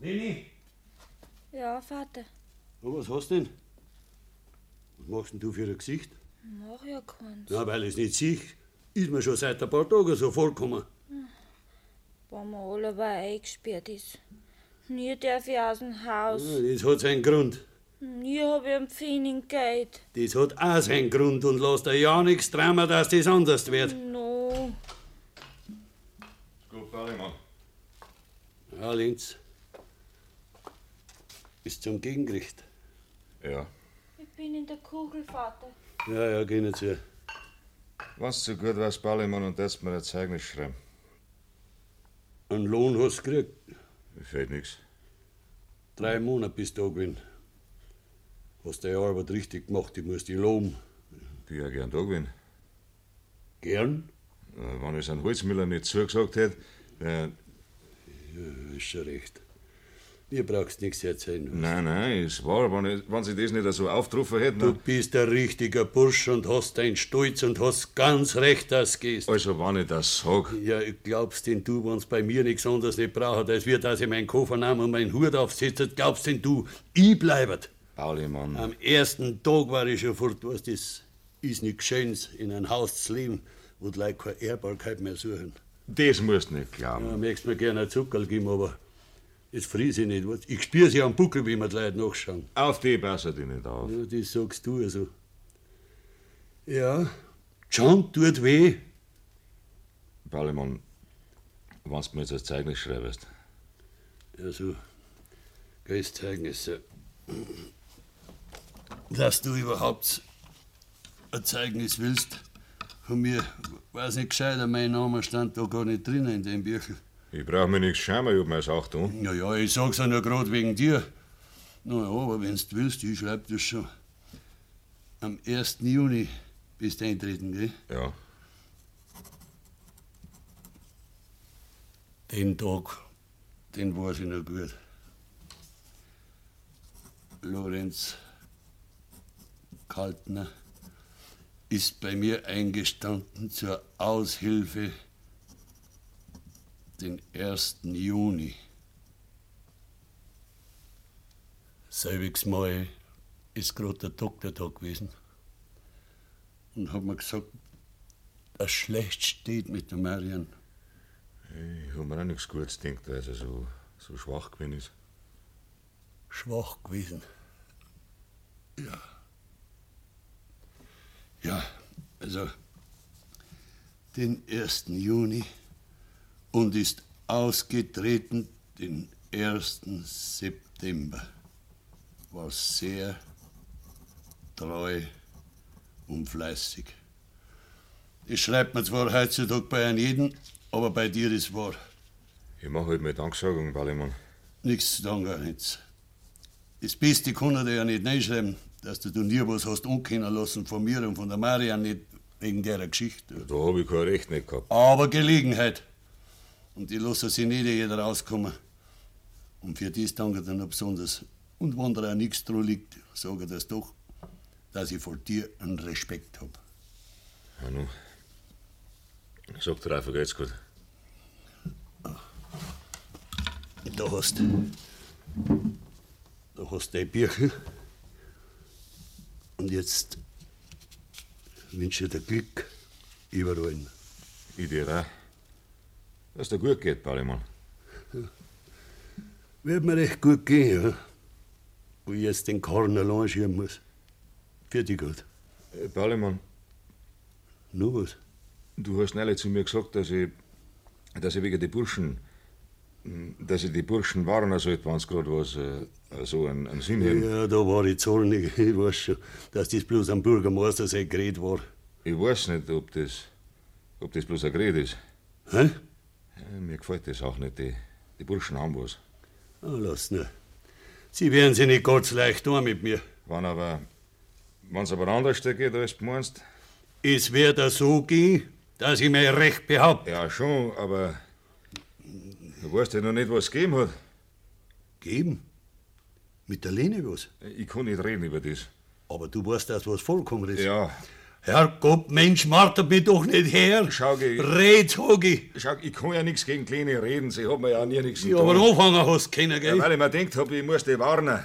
Leni, Ja, Vater, Na, was hast du denn? Was machst denn du für ein Gesicht? mach ja keins. Na, weil ich es nicht sehe, ist mir schon seit ein paar Tagen so vorgekommen. Wenn man alleweil eingesperrt ist. Nie darf ich aus dem Haus. Ja, Das hat seinen Grund. Nie hab ich einen Pfennig Geld. Das hat auch seinen Grund und lass dir ja nichts dran, dass das anders wird. No. Gut, Mann. Ja, Linz. Bis zum Gegengericht. Ja. Ich bin in der Kugel, Vater. Ja, ja, geh nicht zu. Was zu gut weiß, Ballimann, und das mir ein Zeugnis schreiben. Einen Lohn hast du gekriegt. Mir fehlt nichts. Drei Monate bist du da gewesen. Hast deine Arbeit richtig gemacht, ich muss dich loben. Bin ja gern da gewesen. Äh, Gern? Wenn ich einen Holzmüller nicht zugesagt hätte, äh, dann. Ja, ist schon recht. Mir brauchst nichts erzählen. Nein, nein, es war, wenn, ich, wenn sie das nicht so aufgetroffen hätten. Du bist ein richtiger Bursch und hast deinen Stolz und hast ganz recht, dass du gehst. Also, wenn ich das sag. Ja, glaubst denn du, wenn's bei mir nichts anderes nicht braucht, als wir, dass ich meinen Koffer nehme und meinen Hut aufsetze, glaubst denn du, ich bleibet? Pauli, Mann. Am ersten Tag war ich schon fort, weißt, das ist nichts Schönes, in ein Haus zu leben, wo die Leute keine Ehrbarkeit mehr suchen. Das musst du nicht glauben. Ja, möchtest mir gerne ein Zuckerl geben, aber das friss ich nicht. weißt. Ich spür sie am Buckel, wie mir die Leute nachschauen. Auf die passen die nicht auf. Ja, das sagst du also. Ja, John tut weh. Ballimann, wenn du mir jetzt ein Zeugnis schreibst, Also, Geistägnisse. Dass du überhaupt ein Zeugnis willst, von mir, weiß nicht gescheiter, mein Name stand da gar nicht drin in dem Büchel. Ich brauche mich nicht schämen, ich hab mir's auch tun. Ja, ja, ich sag's ja nur gerade wegen dir. Na ja, aber wenn's du willst, ich schreib das schon. Am 1. Juni bist du eintreten, gell? Ja. Den Tag, den weiß ich noch gut. Lorenz Kaltner ist bei mir eingestanden zur Aushilfe den 1. Juni. Selbiges Mal ist gerade der Doktor da gewesen und hat mir gesagt, dass schlecht steht mit der Marian. Ich hab mir auch nichts Gutes gedacht, weil sie so, so schwach gewesen ist. Schwach gewesen. Ja. Ja, also den 1. Juni und ist ausgetreten den 1. September. War sehr treu und fleißig. Das schreibt man zwar heutzutage bei einem jeden, aber bei dir ist wahr. Ich mache halt mit Danksagung, Ballermann. Nichts zu danken, Heinz. Das Beste kann er dir ja nicht reinschreiben, dass du dir nie was hast ankennen lassen von mir und von der Marian nicht wegen derer Geschichte. Da hab ich kein Recht nicht gehabt. Aber Gelegenheit. Und die lassen sich nicht jeder rauskommen. Und für das danke ich dir noch besonders. Und wenn dir auch nichts dran liegt, sage ich das doch, dass ich vor dir einen Respekt hab. Ja, nun. Sag dir einfach, geht's gut. Da hast du. Da hast du dein Bierchen. Und jetzt wünsche ich dir Glück überall. Ich dir auch. Dass dir gut geht, Ballermann. Wird mir recht gut gehen, ja? wo ich jetzt den Korn allein schieben muss. Für dich gut. Äh, Ballermann. Nur was? Du hast neulich zu mir gesagt, dass ich, dass ich wegen den Burschen, dass ich die Burschen warnen sollte, wenn sie gerade was äh, so einen, einen Sinn haben. Ja, da war ich zornig. [laughs] Ich weiß schon, dass das bloß am Bürgermeister sein Gerät war. Ich weiß nicht, ob das, ob das bloß ein Gerät ist. Hä? Ja, mir gefällt das auch nicht. Die, die Burschen haben was. Ah, lass nur. Sie werden sich nicht ganz leicht tun mit mir. Wenn aber, wenn's aber anders geht, als du meinst. Es wird auch so gehen, dass ich mein Recht behaupte. Ja, schon, aber du weißt ja noch nicht, was es gegeben hat. Geben? Mit der Lene was? Ich kann nicht reden über das. Aber du weißt, dass was vollkommen ist. Ja. Herrgott, Mensch, Martha, bin doch nicht her. Schau, ich, Red, sag ich. schau, ich kann ja nichts gegen Kleine reden, sie hat mir ja nie nichts Ja, aber getan. anfangen hast du keinen, Ja, gell? weil ich mir gedacht habe, ich muss die warnen.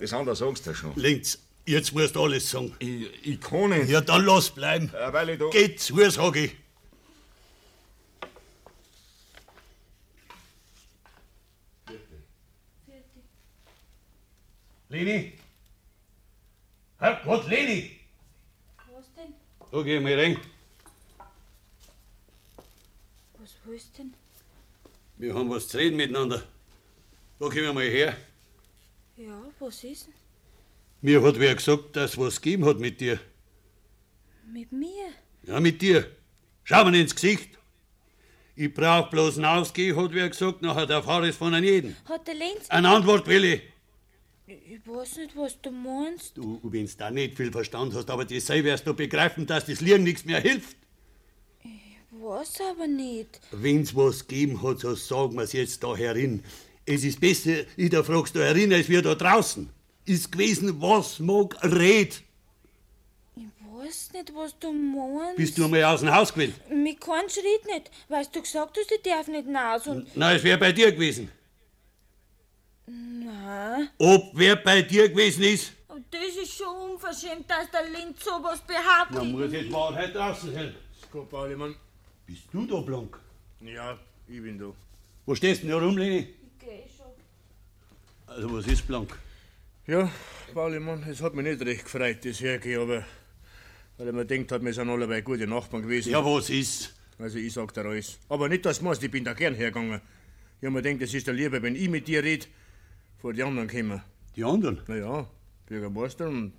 Das andere sagst du ja schon. Links, jetzt musst du alles sagen. Ich, ich kann nicht. Ja, dann lass bleiben. Ja, weil ich da... Geh zu, sag ich. Leni? Herrgott, Leni! Was denn? Da geh ich mal rein. Was willst denn? Wir haben was zu reden miteinander. Da gehen wir mal her. Ja, was ist denn? Mir hat wer gesagt, dass was gegeben hat mit dir. Mit mir? Ja, mit dir. Schau mir ins Gesicht. Ich brauch bloß hinausgehen, hat wer gesagt, nachher der Fahrer ist von einem jeden. Hat der Lenz. Eine Antwort will ich. Ich weiß nicht, was du meinst. Du, wenn's da nicht viel Verstand hast, aber das sei, wirst du begreifen, dass das Lieren nichts mehr hilft. Ich weiß aber nicht. Wenn's was gegeben hat, so sagen wir's jetzt da herin. Es ist besser, ich da fragst da herin, als wir da draußen. Ist gewesen, was mag, red. Ich weiß nicht, was du meinst. Bist du mal aus dem Haus gewesen? Mit keinem Schritt nicht. Weißt du gesagt hast, ich darf nicht raus und. Nein, es wäre bei dir gewesen. Nein. Ob wer bei dir gewesen ist? Und das ist schon unverschämt, dass der Lenz sowas behauptet. jetzt Wahrheit halt draußen sein. Skop, Ballermann. Bist du da, Blank? Ja, ich bin da. Wo stehst du denn da rum, Leni? Geh schon. Also, was ist Blank? Ja, Ballermann, es hat mich nicht recht gefreut, das Hergehen, aber weil ich mir gedacht habe, wir sind alle gute Nachbarn gewesen. Ja, was ist? Also, ich sag dir alles. Aber nicht das Maß, ich bin da gern hergegangen. Ich hab mir gedacht, es ist der Liebe, wenn ich mit dir red. vor die anderen gekommen. Die anderen? Naja, Bürgermeister und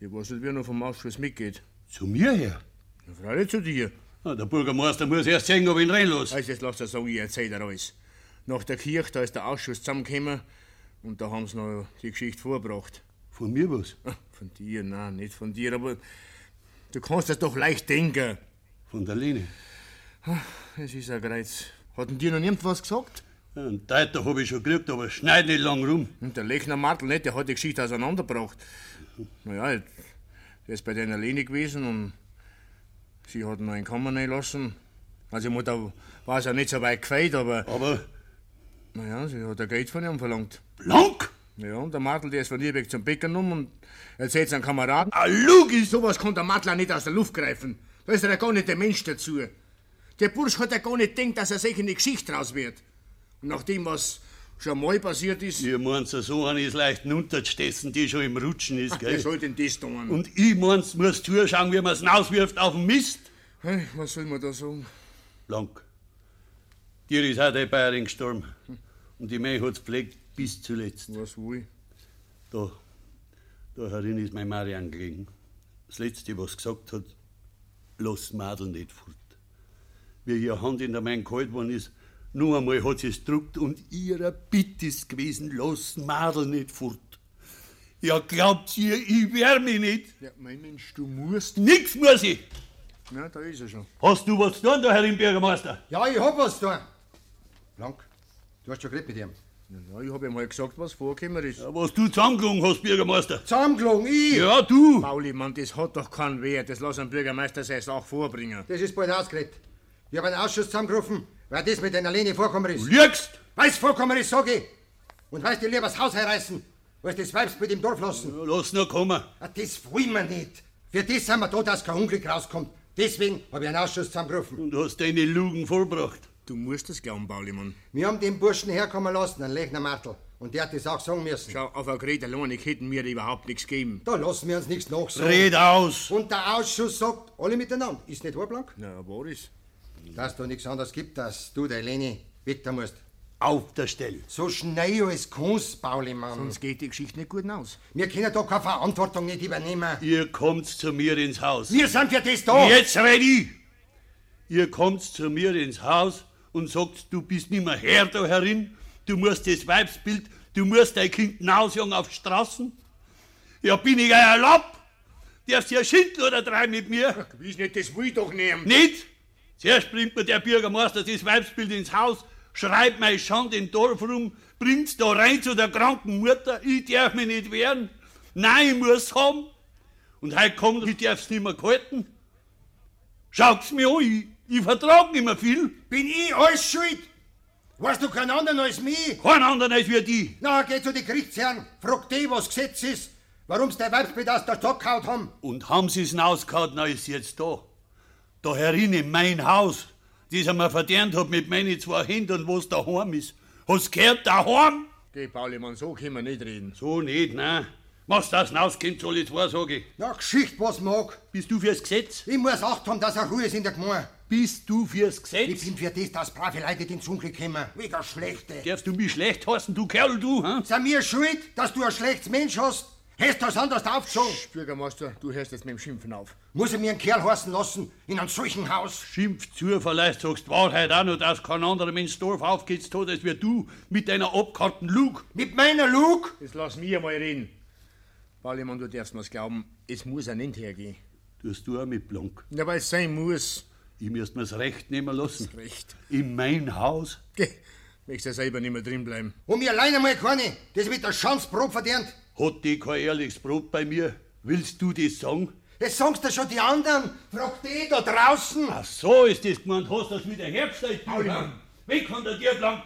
ich weiß nicht, wer noch vom Ausschuss mitgeht. Zu mir her? Ja, freilich zu dir. der Bürgermeister muss erst sehen, ob ich ihn reinlasse. Also, jetzt lass dir sagen, ich erzähl dir alles. Nach der Kirche, da ist der Ausschuss zusammengekommen und da haben sie noch die Geschichte vorgebracht. Von mir was? [laughs] Von dir, nein, nicht von dir, aber du kannst das doch leicht denken. Von der Lene? Es ist ein Kreuz. Hat denn dir noch niemand was gesagt? Einen Deiter habe ich schon gekriegt, aber schneid nicht lang rum. Und der Lechner Martel nicht, der hat die Geschichte auseinandergebracht. Naja, jetzt- der ist bei denen alleine gewesen und sie hat ihn noch in die Kammer lassen. Also, Mutter war es ja nicht so weit gefeit, aber. Aber? Naja, sie hat ein Geld von ihm verlangt. Blank? Ja, und der Martel, der ist von Nürnberg zum Bäcker genommen und erzählt seinen Kameraden. Ah, logisch! Sowas kann der Martel auch nicht aus der Luft greifen. Da ist er ja gar nicht der Mensch dazu. Der Bursch hat ja gar nicht gedacht, dass er sich eine Geschichte draus wird. Und nach dem, was schon mal passiert ist. Ihr meint, so einer ist leicht hinunterzustessen, die schon im Rutschen ist, Wer [laughs] gell? soll denn das tun? Und ich mein's, muss zuschauen, wie man's rauswirft auf den Mist. Hey, was soll man da sagen? Lang. Dir ist auch der Bayerin gestorben. Und die Mäh hat's pflegt bis zuletzt. Was wohl? Da. Da herin ist mein Marian gelegen. Das Letzte, was gesagt hat, lass Madel nicht fort. Wie ihr Hand in der Main gehalten worden ist, nur einmal hat sie es gedruckt und ihre Bitte ist gewesen, lass Madel nicht fort. Ja, glaubt ihr, ich wär mich nicht? Ja, mein Mensch, du musst. Nix muss ich! Na, da ist er schon. Hast du was getan, da, Herr Bürgermeister? Ja, ich hab was da. Blank, du hast schon geredet mit ihm. Ja, ich hab ihm mal gesagt, was vorgekommen ist. Ja, was du zusammengelogen hast, Bürgermeister. Zusammengelogen, ich? Ja, du. Pauli, Mann, das hat doch keinen Wert. Das lass ein Bürgermeister selbst auch vorbringen. Das ist bald ausgeredet. Ich hab einen Ausschuss zusammengerufen, weil das mit deiner Lene vorkommen ist. Du lügst! Weiß vorkommen ist, sag ich. Und weißt du, lieber das Haus herreißen, als das Weibsbild im Dorf lassen. Ah, lass nur kommen. Das wollen wir nicht. Für das sind wir da, dass kein Unglück rauskommt. Deswegen hab ich einen Ausschuss zusammengerufen. Und hast deine Lügen vollbracht. Du musst das glauben, Paulimann. Wir haben den Burschen herkommen lassen, einen Lechner Martel. Und der hat das auch sagen müssen. Schau, auf ein Gerät allein hätten wir überhaupt nichts gegeben. Da lassen wir uns nichts nachsagen. Red aus! Und der Ausschuss sagt, alle miteinander. Ist nicht wahr, Blank? Na, Boris. Dass da nichts anderes gibt, dass du, der Leni, weg da musst. Auf der Stelle. So schnell als kannst, Pauli, Mann. Hm. Sonst geht die Geschichte nicht gut aus. Wir können da keine Verantwortung nicht übernehmen. Ihr kommt zu mir ins Haus. Wir sind für das da. Jetzt red ich! Ihr kommt zu mir ins Haus und sagt, du bist nimmer Herr da herin, du musst das Weibsbild, du musst dein Kind hinausjagen auf die Straßen. Ja, bin ich euer Lapp? Darfst ihr Schindler oder drei mit mir? Wie's nicht, das will ich doch nicht. Nicht? Zuerst bringt mir der Bürgermeister das Weibsbild ins Haus, schreibt meine Schande im Dorf rum, bringt's da rein zu der kranken Mutter, ich darf mich nicht wehren. Nein, ich muss haben. Und heute kommt, ich darf's nicht mehr gehalten. Schaut's mir an, ich, ich vertrag nicht mehr viel. Bin ich alles schuld? Weißt du keinen anderen als mich? Kein anderer als wir die. Na, geh zu den Gerichtsherren, frag die, was Gesetz ist, warum's der Weibsbild aus der Stock gehauen haben. Und haben sie's hinausgehauen, na ist sie jetzt da. Da herin in mein Haus, das ich mir verdient hab mit meinen zwei Händen, wo's daheim ist. Hast gehört, daheim? Geh, Paulimann, so können wir nicht reden. So nicht, nein. Was das hinauskommt, soll ich zwar sagen. Na, Geschichte, was mag. Bist du fürs Gesetz? Ich muss Acht haben, dass er Ruhe ist in der Gemeinde. Bist du fürs Gesetz? Ich bin für das, dass brave Leute nicht ins Unglück kommen. Wegen Schlechte. Darfst du mich schlecht hassen, du Kerl, du? Hä? Sei mir schuld, dass du ein schlechtes Mensch hast. Hast du das anders aufgeschaut? Bürgermeister, du hörst jetzt mit dem Schimpfen auf. Muss ich mir einen Kerl heißen lassen in einem solchen Haus? Schimpf zu, vielleicht sagst Wahrheit an und dass kein anderer Mensch ins Dorf aufgeht, tot als wir du mit deiner abkarten Lug. Mit meiner Lug? Jetzt lass mich mal reden. Paulimann, du darfst mir's glauben, es muss ja nicht hergehen. Tust du auch mit Blank. Ja, weil es sein muss. Ich müsst mir's Recht nehmen lassen. Das Recht. In mein Haus? Geh, möchtest ja selber nicht mehr drinbleiben. Und mir alleine mal keine, das mit der Schanzprobe verdient. Hat die kein ehrliches Brot bei mir? Willst du das sagen? Das sagst du schon die anderen. Frag die da draußen. Ach so ist das gemeint. Hast das wieder hergestellt, du? Mann? Weg von der dir, Blank.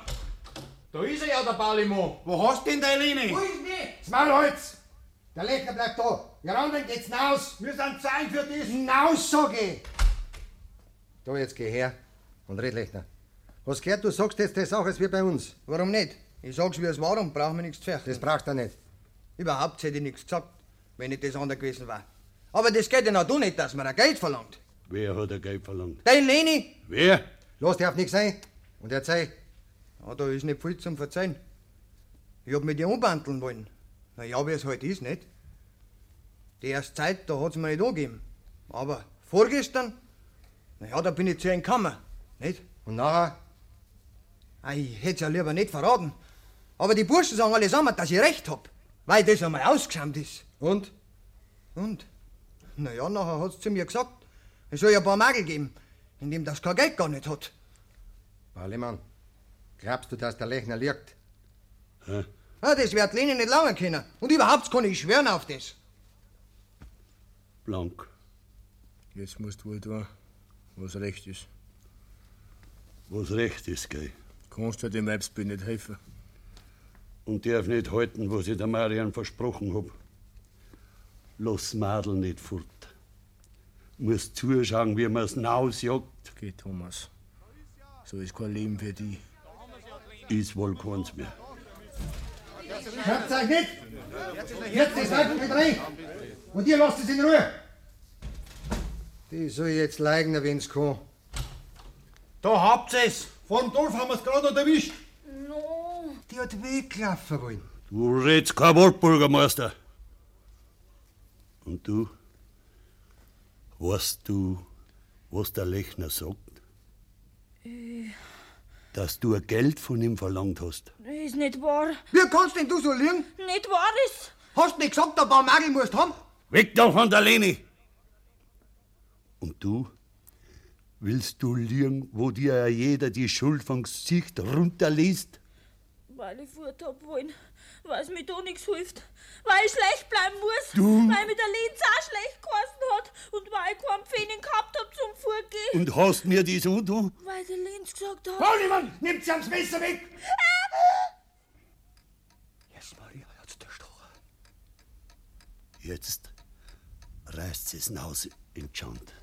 Da ist er ja, der Balimo. Wo hast denn deine Linie? Ruhig nicht, das Maulholz. Der Lechner bleibt da. Ihr anderen geht's hinaus. Wir sind Zeit für das. Hinaus, sag ich. Da, jetzt geh her und red, Lechner. Hast gehört, du sagst jetzt das auch als wir bei uns. Warum nicht? Ich sag's, wie es war und brauchen wir nichts zu fürchten. Das brauchst du nicht. Überhaupt hätte ich nichts gesagt, wenn ich das anders gewesen war. Aber das geht ja noch du nicht, dass man ein Geld verlangt. Wer hat ein Geld verlangt? Dein Leni! Wer? Los, darf nichts sein. Und "Ah, erzähl. Ja, da ist nicht viel zum Verzeihen. Ich hab mich die anbandeln wollen. Na ja, wie es heute halt ist, nicht? Die erste Zeit, da hat's mir nicht angegeben. Aber vorgestern, na ja, da bin ich zu ihr in die Kammer, nicht? Und nachher? Ei, Ich hätt's ja lieber nicht verraten. Aber die Burschen sagen alle zusammen, dass ich recht hab, weil das einmal ausgeschämt ist. Und? Und? Na ja, nachher hat's zu mir gesagt, es soll ja ein paar Magel geben, indem das kein Geld gar nicht hat. Ballimann, glaubst du, dass der Lechner liegt? Ah, das wird Lene nicht lange können. Und überhaupt kann ich schwören auf das. Blank. Jetzt musst du wohl tun, was recht ist. Was recht ist, gell? Kannst du dem Weibsbild nicht helfen. Und darf nicht halten, was ich der Marian versprochen hab. Lass Madel nicht fort. Muss zuschauen, wie man's hinausjagt. Geh, Thomas. So ist kein Leben für dich. Ist wohl keins mehr. Schreibt euch nicht! Jetzt ist Öffentlich recht! Und ihr lasst es in Ruhe! Die soll jetzt leugnen, wenn's kann. Da habt es! Vor dem Dorf haben wir es gerade erwischt! No. Die hat weglaufen wollen. Du redst kein Wort, Bürgermeister. Und du? Weißt du, was der Lechner sagt? Dass du ein Geld von ihm verlangt hast. Ist nicht wahr. Wie kannst denn du so lügen? Nicht wahr ist. Hast nicht gesagt, ein paar Magel musst haben? Weg da von der Leni! Und du? Willst du liegen, wo dir ja jeder die Schuld vom Gesicht runterliest? Weil ich fort hab wollen. Weil es mir da nichts hilft. Weil ich schlecht bleiben muss. Du- Weil mir der Linz auch schlecht geheißen hat. Und weil ich keinen Pfennig gehabt hab zum Vorgehen. Und hast mir das du? Weil der Linz gesagt hat. Ballimann, nimmt sie ans Messer weg! Yes, Maria, hat's zerstochen. Jetzt reißt sie's hinaus in die Schand.